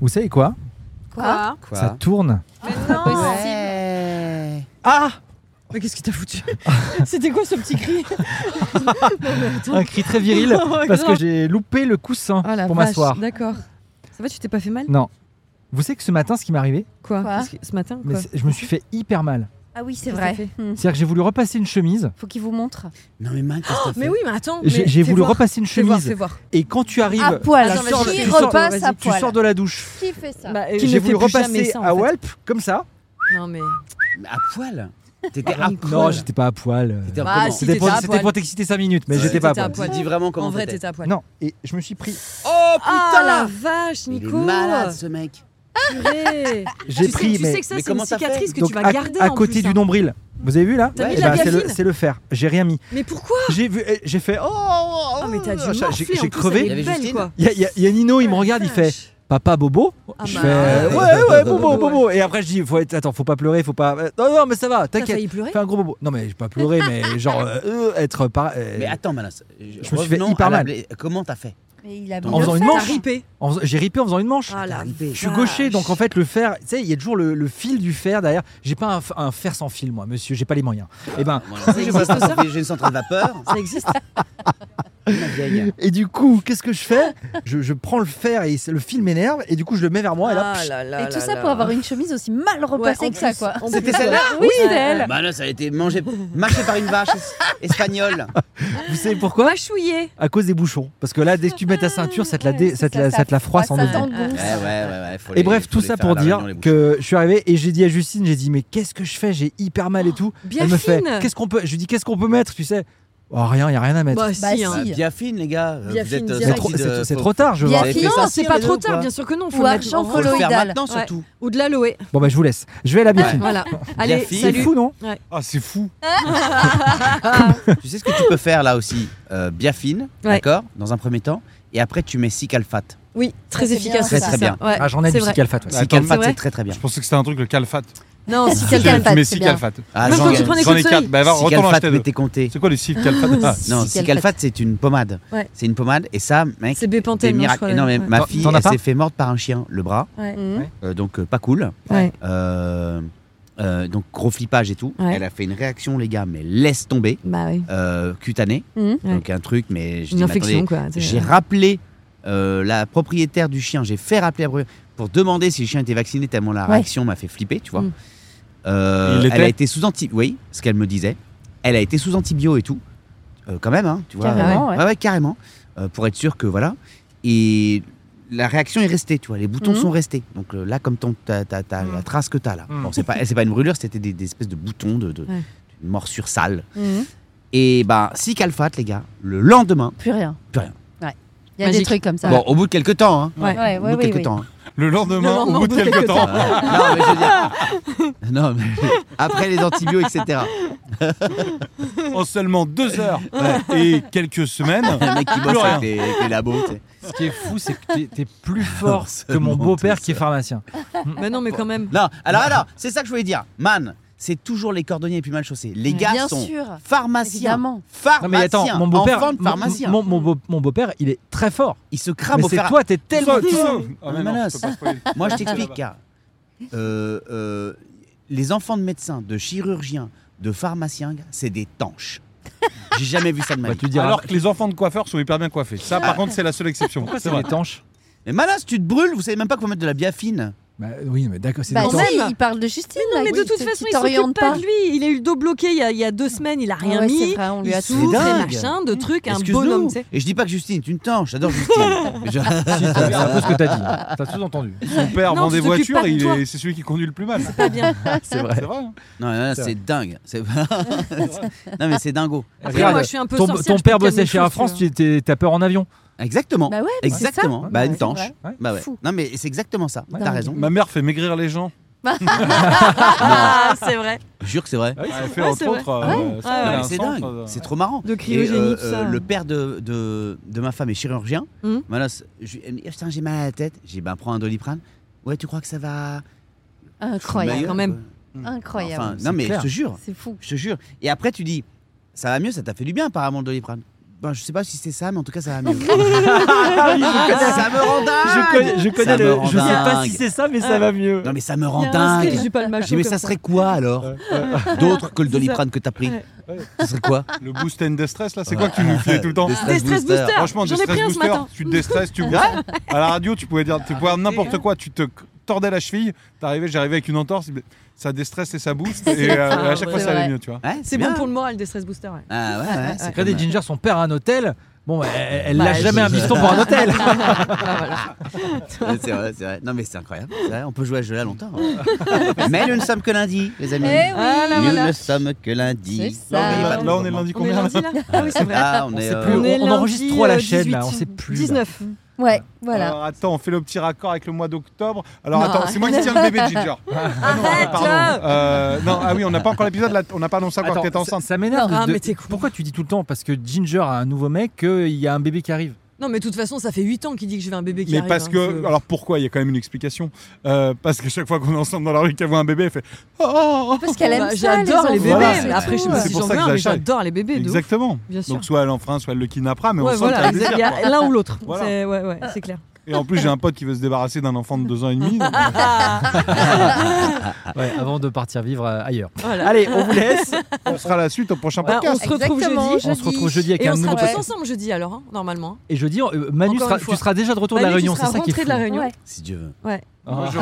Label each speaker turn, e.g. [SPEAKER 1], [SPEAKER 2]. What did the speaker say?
[SPEAKER 1] Vous savez quoi
[SPEAKER 2] Quoi
[SPEAKER 3] Bah.
[SPEAKER 4] Quoi
[SPEAKER 1] Ça tourne.
[SPEAKER 4] Ouais.
[SPEAKER 1] Ah
[SPEAKER 2] Mais qu'est-ce qui t'a foutu C'était quoi ce petit cri
[SPEAKER 1] Un cri très viril
[SPEAKER 2] Ouais,
[SPEAKER 1] parce que
[SPEAKER 2] grave.
[SPEAKER 1] j'ai loupé le coussin
[SPEAKER 2] Oh la
[SPEAKER 1] pour
[SPEAKER 2] vache,
[SPEAKER 1] m'asseoir.
[SPEAKER 2] D'accord. Ça va, tu t'es pas fait mal
[SPEAKER 1] Non. Vous savez que ce matin, ce qui m'est arrivé,
[SPEAKER 2] Quoi,
[SPEAKER 3] Quoi
[SPEAKER 2] Parce que Ce matin
[SPEAKER 1] mais
[SPEAKER 2] quoi
[SPEAKER 1] c'est- je me suis fait hyper mal.
[SPEAKER 3] Ah oui, c'est
[SPEAKER 2] Qu'est-ce que
[SPEAKER 3] vrai.
[SPEAKER 2] t'as fait
[SPEAKER 1] C'est-à-dire que j'ai voulu repasser une chemise.
[SPEAKER 3] Faut qu'il vous montre.
[SPEAKER 4] Non, mais Mike, qu'est-ce que t'as fait
[SPEAKER 2] Oh, Mais oui, mais attends.
[SPEAKER 1] J'ai
[SPEAKER 2] mais
[SPEAKER 1] j'ai
[SPEAKER 2] fais
[SPEAKER 1] voulu
[SPEAKER 2] voir,
[SPEAKER 1] repasser une
[SPEAKER 2] fais voir,
[SPEAKER 1] chemise.
[SPEAKER 2] fais voir.
[SPEAKER 1] Et quand tu arrives,
[SPEAKER 3] À poil.
[SPEAKER 2] Attends,
[SPEAKER 1] tu, sors,
[SPEAKER 2] vas-y,
[SPEAKER 3] Qui
[SPEAKER 1] tu sors-
[SPEAKER 3] repasse à
[SPEAKER 2] vas-y,
[SPEAKER 1] tu
[SPEAKER 3] poil
[SPEAKER 1] sors de la douche.
[SPEAKER 3] Qui fait ça
[SPEAKER 2] Bah,
[SPEAKER 1] J'ai
[SPEAKER 2] euh, ne
[SPEAKER 1] voulu
[SPEAKER 2] fais plus jamais
[SPEAKER 1] repasser
[SPEAKER 2] ça, en
[SPEAKER 1] à
[SPEAKER 2] fait.
[SPEAKER 1] Welp comme ça.
[SPEAKER 2] Non mais.
[SPEAKER 4] Mais À poil T'étais
[SPEAKER 2] Ah,
[SPEAKER 4] à poil
[SPEAKER 1] Non, j'étais pas à poil.
[SPEAKER 4] T'étais à
[SPEAKER 2] Bah,
[SPEAKER 4] comment
[SPEAKER 2] si,
[SPEAKER 1] C'était
[SPEAKER 2] t'étais
[SPEAKER 1] pour,
[SPEAKER 2] à
[SPEAKER 1] c'était
[SPEAKER 2] poil.
[SPEAKER 1] pour t'exciter 5 minutes, mais
[SPEAKER 4] Ouais.
[SPEAKER 1] j'étais pas à
[SPEAKER 2] T'étais à
[SPEAKER 1] poil.
[SPEAKER 2] poil.
[SPEAKER 4] Dis vraiment comment
[SPEAKER 2] en vrai,
[SPEAKER 4] t'étais.
[SPEAKER 2] t'étais à poil.
[SPEAKER 1] Non, et je me suis pris.
[SPEAKER 4] Oh
[SPEAKER 2] Ah la vache,
[SPEAKER 4] Il est
[SPEAKER 2] Nico.
[SPEAKER 4] malade ce mec
[SPEAKER 1] J'ai
[SPEAKER 2] Purée. Ah, tu sais-
[SPEAKER 1] pris.
[SPEAKER 2] tu
[SPEAKER 1] mais-
[SPEAKER 2] sais que ça, c'est
[SPEAKER 4] mais
[SPEAKER 2] une
[SPEAKER 4] comment ça fait
[SPEAKER 2] cicatrice que
[SPEAKER 1] donc,
[SPEAKER 2] tu vas
[SPEAKER 1] à,
[SPEAKER 2] garder.
[SPEAKER 1] à
[SPEAKER 2] en
[SPEAKER 1] côté
[SPEAKER 2] plus,
[SPEAKER 1] du
[SPEAKER 2] hein.
[SPEAKER 1] nombril. Vous avez vu là
[SPEAKER 2] T'as
[SPEAKER 1] Eh
[SPEAKER 2] mis
[SPEAKER 1] ben,
[SPEAKER 2] la
[SPEAKER 1] C'est le,
[SPEAKER 2] gaffine
[SPEAKER 1] c'est le fer. J'ai rien mis.
[SPEAKER 2] Mais pourquoi
[SPEAKER 1] J'ai vu, eh, j'ai fait. Oh, oh,
[SPEAKER 2] Ah, mais t'as dû
[SPEAKER 1] oh, j'ai- J'ai
[SPEAKER 2] morfler.
[SPEAKER 1] j'ai
[SPEAKER 2] en plus, elle
[SPEAKER 1] crevé.
[SPEAKER 4] Il y
[SPEAKER 2] est
[SPEAKER 4] avait
[SPEAKER 2] belle,
[SPEAKER 4] Justine.
[SPEAKER 2] quoi.
[SPEAKER 1] Il y, a- il y a- il y a Nino, il me regarde, il fait Papa Bobo
[SPEAKER 2] Ah
[SPEAKER 1] Je
[SPEAKER 2] bah,
[SPEAKER 1] fais
[SPEAKER 2] ouais.
[SPEAKER 1] Ouais, ouais, Bobo, Bobo. Et après, je dis faut être, Attends, faut pas pleurer, faut pas. euh, Non, non, mais ça va,
[SPEAKER 2] T'as
[SPEAKER 1] t'inquiète.
[SPEAKER 2] failli pleurer
[SPEAKER 1] Fais un gros bobo. Non, mais j'ai pas pleuré, mais genre, euh, euh, être par. euh,
[SPEAKER 4] Mais attends, Manas,
[SPEAKER 1] me suis fait hyper mal.
[SPEAKER 4] Comment t'as fait
[SPEAKER 3] Mais il a
[SPEAKER 4] En
[SPEAKER 3] bien
[SPEAKER 1] faisant
[SPEAKER 3] fait.
[SPEAKER 1] une
[SPEAKER 2] T'as
[SPEAKER 1] manche. Ah,
[SPEAKER 2] ripé.
[SPEAKER 1] en faisant- J'ai ripé en faisant une manche.
[SPEAKER 2] Ah la
[SPEAKER 1] Je suis gaucher, donc en fait, le fer, tu sais, il y a toujours le, le fil du fer derrière. J'ai pas un, f- un fer sans fil, moi, monsieur, j'ai pas les moyens. Et ben,
[SPEAKER 4] Moi, j'ai pas
[SPEAKER 2] existe,
[SPEAKER 4] ça, mais J'ai une centrale vapeur.
[SPEAKER 2] Ça
[SPEAKER 1] Ah,
[SPEAKER 2] existe.
[SPEAKER 4] Ma vieille.
[SPEAKER 1] et du coup, qu'est-ce que je fais je, je prends le fer et c'est- le fil m'énerve, et du coup, je le mets vers moi, et
[SPEAKER 2] Ah,
[SPEAKER 1] là, pff,
[SPEAKER 3] Et tout ça pour avoir une chemise aussi mal repassée
[SPEAKER 2] en
[SPEAKER 3] que ça,
[SPEAKER 2] plus,
[SPEAKER 3] quoi.
[SPEAKER 2] en
[SPEAKER 4] C'était celle-là
[SPEAKER 3] Oui, c'est elle.
[SPEAKER 4] Manas, elle a été mangée, mâchée par une vache es- espagnole.
[SPEAKER 1] vous savez pourquoi
[SPEAKER 2] Mâchouillé.
[SPEAKER 1] À cause des bouchons. Parce que là, dès que tu mets ta ceinture, ça te la, dé-
[SPEAKER 3] Ouais,
[SPEAKER 1] ça te
[SPEAKER 3] Ah, ça,
[SPEAKER 1] la,
[SPEAKER 3] ça
[SPEAKER 1] ça te la froisse en
[SPEAKER 3] froisse,
[SPEAKER 1] deux
[SPEAKER 3] ça
[SPEAKER 1] secondes.
[SPEAKER 4] Ouais, ouais, ouais. ouais, faut
[SPEAKER 1] Et
[SPEAKER 4] les-
[SPEAKER 1] bref,
[SPEAKER 4] faut
[SPEAKER 1] tout
[SPEAKER 4] les
[SPEAKER 1] ça
[SPEAKER 4] faire à
[SPEAKER 1] pour
[SPEAKER 4] la
[SPEAKER 1] dire
[SPEAKER 4] réunion, les bouchons.
[SPEAKER 1] que je suis arrivé et j'ai dit à Justine, j'ai dit mais qu'est-ce que je fais J'ai hyper mal et tout.
[SPEAKER 2] Oh, Bien
[SPEAKER 1] Elle me fait
[SPEAKER 2] fine.
[SPEAKER 1] qu'est-ce qu'on peut Je lui dis qu'est-ce qu'on peut mettre Tu sais Oh rien, y a rien à mettre.
[SPEAKER 2] Bah
[SPEAKER 3] Bah,
[SPEAKER 2] si. hein.
[SPEAKER 4] Bah,
[SPEAKER 3] si.
[SPEAKER 4] bien fine, les gars. Vous
[SPEAKER 2] Bien
[SPEAKER 4] êtes,
[SPEAKER 2] fine,
[SPEAKER 4] euh,
[SPEAKER 1] c'est
[SPEAKER 2] direct.
[SPEAKER 1] trop,
[SPEAKER 4] sortis de-
[SPEAKER 1] c'est- c'est
[SPEAKER 4] faut-
[SPEAKER 1] trop tard. Je vois.
[SPEAKER 3] Bien
[SPEAKER 4] Vous avez
[SPEAKER 3] fine,
[SPEAKER 4] fait
[SPEAKER 2] Non,
[SPEAKER 4] sortir
[SPEAKER 2] c'est
[SPEAKER 4] les
[SPEAKER 2] pas
[SPEAKER 4] deux,
[SPEAKER 2] trop
[SPEAKER 4] ou
[SPEAKER 2] tard,
[SPEAKER 4] quoi
[SPEAKER 2] bien sûr que non.
[SPEAKER 3] Ou
[SPEAKER 2] Faut le mettre
[SPEAKER 3] argent
[SPEAKER 2] en
[SPEAKER 4] Faut le faire
[SPEAKER 3] colloïdal.
[SPEAKER 4] maintenant,
[SPEAKER 2] Ouais.
[SPEAKER 4] surtout.
[SPEAKER 2] Ou de l'aloe.
[SPEAKER 1] Bon bah je vous laisse. Je vais à la
[SPEAKER 4] Ouais.
[SPEAKER 1] biafine.
[SPEAKER 2] Voilà. Allez,
[SPEAKER 4] fille.
[SPEAKER 1] C'est
[SPEAKER 2] salut.
[SPEAKER 1] fou non
[SPEAKER 2] Ouais.
[SPEAKER 1] Ah c'est fou.
[SPEAKER 4] Tu sais ce que tu peux faire là aussi euh, Biafine,
[SPEAKER 2] Ouais.
[SPEAKER 4] d'accord Dans un premier temps. Et après, tu mets Cicalfate.
[SPEAKER 2] Oui, très
[SPEAKER 3] c'est
[SPEAKER 2] efficace
[SPEAKER 4] bien,
[SPEAKER 2] aussi,
[SPEAKER 4] ça.
[SPEAKER 2] ça.
[SPEAKER 4] Très, très
[SPEAKER 2] Ouais.
[SPEAKER 1] Ah j'en ai
[SPEAKER 2] C'est
[SPEAKER 1] du
[SPEAKER 2] vrai.
[SPEAKER 1] Cicalfate. ouais.
[SPEAKER 2] C'est
[SPEAKER 4] Cicalfate,
[SPEAKER 2] vrai
[SPEAKER 4] c'est très très bien.
[SPEAKER 5] Je pensais que c'était un truc, le calfate.
[SPEAKER 2] Non, si
[SPEAKER 3] Quel
[SPEAKER 2] quelqu'un.
[SPEAKER 3] calfate,
[SPEAKER 5] Mais
[SPEAKER 3] c'est
[SPEAKER 5] si
[SPEAKER 3] bien.
[SPEAKER 5] calfate.
[SPEAKER 4] Ah,
[SPEAKER 2] Même
[SPEAKER 4] j'en
[SPEAKER 2] quand
[SPEAKER 4] ai-
[SPEAKER 2] tu prends des
[SPEAKER 5] J'en ai
[SPEAKER 2] coups de
[SPEAKER 5] 4. Bah, va, retourne en
[SPEAKER 4] Cicalfate,
[SPEAKER 5] acheter
[SPEAKER 4] mais
[SPEAKER 5] deux.
[SPEAKER 4] t'es compté.
[SPEAKER 5] C'est quoi le cif calfate Ah,
[SPEAKER 4] Non,
[SPEAKER 3] Cicalfate.
[SPEAKER 4] Cicalfate, c'est une pommade.
[SPEAKER 2] Ouais.
[SPEAKER 4] C'est une pommade. Et ça, mec,
[SPEAKER 2] C'est
[SPEAKER 4] des
[SPEAKER 2] Bépanthen, non, je
[SPEAKER 4] miracles.
[SPEAKER 2] crois.
[SPEAKER 4] Et non, mais
[SPEAKER 2] ouais.
[SPEAKER 4] ma
[SPEAKER 1] T'en-
[SPEAKER 4] fille,
[SPEAKER 1] t'en as
[SPEAKER 4] elle
[SPEAKER 1] pas
[SPEAKER 4] s'est fait morte par un chien, le bras.
[SPEAKER 3] Ouais.
[SPEAKER 2] Mhm.
[SPEAKER 4] Euh, donc, euh, pas cool.
[SPEAKER 2] Ouais.
[SPEAKER 4] Euh, euh, donc, gros flippage et tout.
[SPEAKER 2] Ouais.
[SPEAKER 4] Elle a fait une réaction, les gars, mais laisse tomber.
[SPEAKER 3] Bah oui.
[SPEAKER 4] euh, cutanée.
[SPEAKER 3] Mhm.
[SPEAKER 4] Donc, un truc, mais
[SPEAKER 2] Mmh.
[SPEAKER 4] je dis,
[SPEAKER 2] Une
[SPEAKER 4] mais
[SPEAKER 2] infection,
[SPEAKER 4] attendez,
[SPEAKER 2] quoi.
[SPEAKER 4] J'ai rappelé euh, la propriétaire du chien, j'ai fait rappeler la propri- pour demander si le chien était vacciné, tellement la
[SPEAKER 3] Ouais.
[SPEAKER 4] réaction m'a fait flipper, tu vois.
[SPEAKER 2] Mm.
[SPEAKER 4] Euh,
[SPEAKER 5] Il l'était
[SPEAKER 4] elle a été sous anti, oui, ce qu'elle me disait. Elle a été sous antibio et tout, Euh, quand même, hein, tu vois.
[SPEAKER 3] Carrément,
[SPEAKER 4] Euh,
[SPEAKER 3] ouais.
[SPEAKER 4] ouais, carrément, Euh, pour être sûr que voilà. Et la réaction est restée, tu vois, les
[SPEAKER 3] Mm.
[SPEAKER 4] boutons
[SPEAKER 2] Mhm.
[SPEAKER 4] sont restés. Donc euh, là, comme ton, t'as- t'as- t'as la trace que t'as là,
[SPEAKER 1] Mm.
[SPEAKER 4] bon, c'est pas, c'est pas une brûlure, c'était des, des espèces de boutons de, de
[SPEAKER 2] Ouais.
[SPEAKER 4] d'une morsure sale. Et ben, si calfate, les gars, le lendemain.
[SPEAKER 3] Plus rien.
[SPEAKER 4] Plus rien.
[SPEAKER 3] Ouais. Il y a
[SPEAKER 2] Magique.
[SPEAKER 3] des trucs comme ça.
[SPEAKER 4] Bon, au bout de quelques temps, hein.
[SPEAKER 2] Ouais.
[SPEAKER 3] Ouais,
[SPEAKER 4] Au
[SPEAKER 3] ouais,
[SPEAKER 4] bout de
[SPEAKER 3] oui,
[SPEAKER 4] quelques
[SPEAKER 3] oui.
[SPEAKER 4] temps. hein. Ah,
[SPEAKER 5] Le lendemain, au bout de quelques temps.
[SPEAKER 4] non, mais je veux dire- non, mais après les antibiotiques, etc.
[SPEAKER 5] En seulement deux heures et quelques semaines.
[SPEAKER 4] Le mec qui bosse
[SPEAKER 5] Plus rien.
[SPEAKER 4] avec les, avec les labos. tu sais.
[SPEAKER 1] Ce qui est fou c'est que t'es- t'es plus fort que mon
[SPEAKER 4] Forcément,
[SPEAKER 1] beau-père
[SPEAKER 4] tout
[SPEAKER 1] qui est
[SPEAKER 4] ça.
[SPEAKER 1] pharmacien.
[SPEAKER 2] Mais non, mais quand même.
[SPEAKER 4] Non, alors, alors, c'est ça que je voulais dire. Man, c'est toujours les cordonniers les plus mal chaussés. Les gars
[SPEAKER 3] Bien
[SPEAKER 4] sont
[SPEAKER 3] sûr.
[SPEAKER 4] pharmaciens.
[SPEAKER 3] Évidemment.
[SPEAKER 4] Pharmaciens.
[SPEAKER 1] Non mais attends, mon beau-père,
[SPEAKER 4] enfants de pharmaciens.
[SPEAKER 1] mon, mon beau- mon beau-père, il est très fort.
[SPEAKER 4] Ils se
[SPEAKER 1] Mais
[SPEAKER 4] crament au
[SPEAKER 1] c'est
[SPEAKER 4] fer. à-
[SPEAKER 1] toi, t'es tellement
[SPEAKER 5] Tout ça, tout ça.
[SPEAKER 4] Ah,
[SPEAKER 5] Ah, mais non,
[SPEAKER 4] menace.
[SPEAKER 5] je peux pas spoiler. Ah, bah,
[SPEAKER 4] Moi, je t'explique, car euh, euh, les enfants de médecins, de chirurgiens, de pharmaciens, c'est des tanches. J'ai jamais vu ça de ma
[SPEAKER 1] Bah,
[SPEAKER 4] vie.
[SPEAKER 1] tu diras.
[SPEAKER 5] Alors que les enfants de coiffeurs sont hyper bien
[SPEAKER 4] Ah.
[SPEAKER 5] coiffés. Ça, par contre, c'est la seule exception.
[SPEAKER 1] Pourquoi
[SPEAKER 5] C'est
[SPEAKER 1] c'est
[SPEAKER 5] vrai.
[SPEAKER 1] l'étanche
[SPEAKER 4] Mais Manas, tu te brûles, vous savez même pas qu'il faut mettre de la biafine.
[SPEAKER 1] Bah, oui, mais d'accord, c'est
[SPEAKER 3] Bah,
[SPEAKER 1] des
[SPEAKER 2] Quand
[SPEAKER 3] si,
[SPEAKER 1] tanches.
[SPEAKER 2] même.
[SPEAKER 3] il parle de Justine. là,
[SPEAKER 2] mais
[SPEAKER 3] oui,
[SPEAKER 2] de toute
[SPEAKER 3] tu-
[SPEAKER 2] façon,
[SPEAKER 3] tu
[SPEAKER 2] il s'occupe
[SPEAKER 3] t'orientes
[SPEAKER 2] pas de lui. Il a eu le dos bloqué il y a, il y a deux semaines, il a rien
[SPEAKER 3] Ouais, c'est
[SPEAKER 2] mis.
[SPEAKER 3] vrai, on lui
[SPEAKER 2] il
[SPEAKER 3] a tout.
[SPEAKER 2] souffre,
[SPEAKER 4] C'est
[SPEAKER 2] et
[SPEAKER 4] dingue.
[SPEAKER 2] machin, de trucs, un
[SPEAKER 4] Excuse-nous.
[SPEAKER 2] bonhomme, tu sais.
[SPEAKER 4] Et je dis pas que Justine est une tanche, j'adore Justine. Je-
[SPEAKER 1] Si, Ah, c'est c'est un peu ce que t'as dit. T'as sous-entendu.
[SPEAKER 5] Mon père
[SPEAKER 2] Non,
[SPEAKER 5] vend
[SPEAKER 2] tu
[SPEAKER 5] des
[SPEAKER 2] t'occupes
[SPEAKER 5] voitures,
[SPEAKER 2] pas de
[SPEAKER 5] il
[SPEAKER 2] toi.
[SPEAKER 5] est- c'est celui qui conduit le plus mal.
[SPEAKER 2] Pas bien.
[SPEAKER 1] C'est
[SPEAKER 5] C'est
[SPEAKER 1] vrai.
[SPEAKER 5] vrai. hein.
[SPEAKER 4] Non, non, non,
[SPEAKER 1] C'est
[SPEAKER 4] c'est dingue. C'est- non, mais c'est dingo.
[SPEAKER 2] Après,
[SPEAKER 1] Regarde,
[SPEAKER 2] moi, je suis un peu
[SPEAKER 1] Ton,
[SPEAKER 2] sorcière,
[SPEAKER 1] ton
[SPEAKER 2] je
[SPEAKER 1] père
[SPEAKER 2] peux calmer hein.
[SPEAKER 1] bossait
[SPEAKER 2] les
[SPEAKER 1] chez
[SPEAKER 2] choses,
[SPEAKER 1] Air France,
[SPEAKER 2] tu
[SPEAKER 1] tu étais- t'as peur en avion.
[SPEAKER 4] Exactement.
[SPEAKER 3] Bah ouais, mais c'est ça.
[SPEAKER 4] exactement.
[SPEAKER 1] Ouais,
[SPEAKER 4] Bah,
[SPEAKER 3] ouais,
[SPEAKER 4] une
[SPEAKER 3] c'est
[SPEAKER 4] tanche.
[SPEAKER 3] vrai.
[SPEAKER 1] Ouais.
[SPEAKER 4] Bah ouais.
[SPEAKER 3] Fou.
[SPEAKER 4] Non, mais c'est exactement ça. T'as
[SPEAKER 3] Dingue.
[SPEAKER 4] raison.
[SPEAKER 5] Ma mère fait maigrir les gens.
[SPEAKER 2] vois. Ah, c'est vrai.
[SPEAKER 4] Je jure que c'est vrai.
[SPEAKER 5] Elle Ah fait
[SPEAKER 2] Ouais,
[SPEAKER 5] entre
[SPEAKER 2] c'est vrai.
[SPEAKER 5] autres. euh, ça,
[SPEAKER 2] Ouais,
[SPEAKER 5] elle
[SPEAKER 4] Non,
[SPEAKER 5] a
[SPEAKER 4] mais
[SPEAKER 5] un
[SPEAKER 4] c'est
[SPEAKER 5] centre,
[SPEAKER 4] dingue.
[SPEAKER 5] euh,
[SPEAKER 4] C'est trop marrant.
[SPEAKER 2] De
[SPEAKER 4] Et,
[SPEAKER 2] cryogénie,
[SPEAKER 4] euh,
[SPEAKER 2] tout ça.
[SPEAKER 4] euh, le père de, de, de ma femme est chirurgien.
[SPEAKER 2] Hum.
[SPEAKER 4] Manos, je, elle me dit, Ah, putain, j'ai mal à la tête. J'ai dit, bah, prends un doliprane. Ouais, tu crois que ça va Bah, euh,
[SPEAKER 3] Incroyable.
[SPEAKER 2] quand même.
[SPEAKER 4] Enfin,
[SPEAKER 3] Incroyable.
[SPEAKER 4] non, mais
[SPEAKER 1] clair.
[SPEAKER 4] je te jure.
[SPEAKER 3] C'est fou.
[SPEAKER 4] Je te jure. Et après, tu dis, ça va mieux, ça t'a fait du bien, apparemment, le doliprane. Ben, je sais pas si c'est ça, mais en tout cas, ça va mieux. ça
[SPEAKER 1] Ah,
[SPEAKER 4] me rend dingue.
[SPEAKER 1] Je connais, je connais
[SPEAKER 4] Ah, Ça me
[SPEAKER 1] le.
[SPEAKER 4] rend
[SPEAKER 1] Je sais pas
[SPEAKER 4] dingue.
[SPEAKER 1] si c'est ça, mais ça va mieux.
[SPEAKER 4] Non, mais ça me
[SPEAKER 2] Il y
[SPEAKER 4] rend
[SPEAKER 2] a un
[SPEAKER 4] dingue.
[SPEAKER 2] sketch du Palma
[SPEAKER 4] J'ai dit,
[SPEAKER 2] Show
[SPEAKER 4] mais
[SPEAKER 2] comme
[SPEAKER 4] ça serait quoi alors D'autre que le doliprane que t'as pris
[SPEAKER 2] Ouais.
[SPEAKER 4] Ce serait quoi
[SPEAKER 5] Le boost and distress, là, c'est quoi que tu nous fais tout le temps
[SPEAKER 4] Des
[SPEAKER 2] Des stress
[SPEAKER 4] booster.
[SPEAKER 2] boosters.
[SPEAKER 5] Franchement,
[SPEAKER 2] J'en
[SPEAKER 5] des
[SPEAKER 2] ai
[SPEAKER 5] stress
[SPEAKER 2] pris un ce
[SPEAKER 5] boosters,
[SPEAKER 2] matin. Ah,
[SPEAKER 5] tu te déstresses, tu boostes. À la radio, tu pouvais dire, tu pouvais dire n'importe quoi, tu te tordais la cheville, t'arrivais, j'arrivais avec une entorse, ça déstresse et ça booste, et euh, à chaque fois
[SPEAKER 3] C'est
[SPEAKER 5] ça allait
[SPEAKER 3] vrai.
[SPEAKER 5] mieux, tu vois.
[SPEAKER 4] Ouais,
[SPEAKER 2] Ah, C'est
[SPEAKER 4] hein bien.
[SPEAKER 2] bon pour le moral des stress boosters. ouais.
[SPEAKER 4] Ah ouais, ouais, c'est
[SPEAKER 1] Regardez,
[SPEAKER 4] comme-
[SPEAKER 1] Ginger, son père à un hôtel. Bon, elle, elle
[SPEAKER 3] Bah,
[SPEAKER 1] lâche jamais un
[SPEAKER 4] je-
[SPEAKER 1] piston pour un hôtel.
[SPEAKER 4] Ouais, C'est vrai, c'est vrai. Non, mais c'est incroyable. C'est vrai, on peut jouer à ce jeu-là longtemps. hein. mais nous ne sommes que lundi, les amis.
[SPEAKER 3] Eh oui.
[SPEAKER 2] Voilà,
[SPEAKER 4] nous
[SPEAKER 2] voilà.
[SPEAKER 4] ne sommes que lundi.
[SPEAKER 3] C'est
[SPEAKER 5] Là,
[SPEAKER 3] ça.
[SPEAKER 5] on est,
[SPEAKER 2] Ah,
[SPEAKER 5] là, on est lundi
[SPEAKER 2] On est
[SPEAKER 5] combien là
[SPEAKER 2] lundi là Ah oui, c'est vrai.
[SPEAKER 4] Ah, on
[SPEAKER 1] On,
[SPEAKER 4] est,
[SPEAKER 1] sait
[SPEAKER 4] euh,
[SPEAKER 1] plus,
[SPEAKER 2] on est
[SPEAKER 1] on- on enregistre
[SPEAKER 2] lundi,
[SPEAKER 1] trop à la
[SPEAKER 2] euh,
[SPEAKER 1] chaîne,
[SPEAKER 2] 18.
[SPEAKER 1] là, on sait plus. là.
[SPEAKER 2] 19.
[SPEAKER 3] Ouais, voilà.
[SPEAKER 5] Alors attends, on fait le petit raccord avec le mois d'octobre. Alors
[SPEAKER 2] Non.
[SPEAKER 5] attends, c'est moi qui tiens le bébé de Ginger. Ah non,
[SPEAKER 2] Arrête, là.
[SPEAKER 5] pardon. Euh, non, ah oui, on n'a pas encore l'épisode, là, on n'a pas annoncé encore
[SPEAKER 1] Attends,
[SPEAKER 5] que t'étais
[SPEAKER 1] ça-
[SPEAKER 5] enceinte.
[SPEAKER 1] Ça m'énerve.
[SPEAKER 2] Ah,
[SPEAKER 1] de-
[SPEAKER 2] mais t'es con.
[SPEAKER 1] Pourquoi tu dis tout le temps Parce que Ginger a un nouveau mec, qu'il y a un bébé qui arrive.
[SPEAKER 2] Non, mais de toute façon, ça fait 8 ans qu'il dit que je vais un bébé qui
[SPEAKER 5] Mais
[SPEAKER 2] arrive,
[SPEAKER 5] parce
[SPEAKER 2] hein,
[SPEAKER 5] que,
[SPEAKER 2] c'est-
[SPEAKER 5] alors pourquoi Il y a quand même une explication. Euh, parce que chaque fois qu'on est ensemble dans la rue, qu'elle voit un bébé, elle fait Oh, oh, oh.
[SPEAKER 3] Parce qu'elle aime
[SPEAKER 2] Bah,
[SPEAKER 3] ça,
[SPEAKER 2] J'adore les,
[SPEAKER 3] enfants,
[SPEAKER 2] bébés.
[SPEAKER 5] Voilà,
[SPEAKER 3] c'est
[SPEAKER 2] mais après, je sais
[SPEAKER 3] tout.
[SPEAKER 2] pas
[SPEAKER 5] C'est
[SPEAKER 2] si
[SPEAKER 5] pour
[SPEAKER 2] j'en
[SPEAKER 5] ça
[SPEAKER 2] veux
[SPEAKER 5] que
[SPEAKER 2] un, mais
[SPEAKER 5] j'achète.
[SPEAKER 2] j'adore les bébés. de ouf,
[SPEAKER 5] Exactement.
[SPEAKER 2] Bien sûr.
[SPEAKER 5] Donc soit elle enfreint, soit elle le kidnappera, mais on
[SPEAKER 2] ouais,
[SPEAKER 5] sent
[SPEAKER 2] voilà,
[SPEAKER 5] qu'elle le
[SPEAKER 2] il y
[SPEAKER 5] désire,
[SPEAKER 2] a
[SPEAKER 5] quoi.
[SPEAKER 2] l'un ou l'autre.
[SPEAKER 5] Voilà.
[SPEAKER 2] C'est- Ouais, ouais, c'est clair.
[SPEAKER 5] Et en plus, j'ai un pote qui veut se débarrasser d'un enfant de deux ans et demi. donc-
[SPEAKER 1] Ah. Ouais, avant de partir vivre euh, ailleurs.
[SPEAKER 2] Voilà.
[SPEAKER 1] Allez, on vous laisse.
[SPEAKER 5] on sera à la suite au prochain
[SPEAKER 2] Bah, on
[SPEAKER 5] podcast.
[SPEAKER 2] se retrouve
[SPEAKER 3] Exactement.
[SPEAKER 2] jeudi.
[SPEAKER 1] On se retrouve jeudi avec
[SPEAKER 2] Et
[SPEAKER 1] un
[SPEAKER 2] on
[SPEAKER 1] nouveau
[SPEAKER 2] sera tous
[SPEAKER 1] podcast.
[SPEAKER 2] ensemble jeudi alors, hein, normalement.
[SPEAKER 1] Et jeudi, euh, Manu,
[SPEAKER 2] Encore
[SPEAKER 1] sera-
[SPEAKER 2] une
[SPEAKER 1] tu
[SPEAKER 2] fois.
[SPEAKER 1] seras déjà de retour de la
[SPEAKER 2] Manu, tu
[SPEAKER 1] réunion, c'est
[SPEAKER 2] seras
[SPEAKER 1] ça qui est
[SPEAKER 2] rentré de la
[SPEAKER 1] fou. Ah.
[SPEAKER 2] réunion.
[SPEAKER 3] Ouais. Ah,
[SPEAKER 4] Si Dieu veut.
[SPEAKER 5] Moi,
[SPEAKER 3] Ok.
[SPEAKER 5] je-
[SPEAKER 3] Et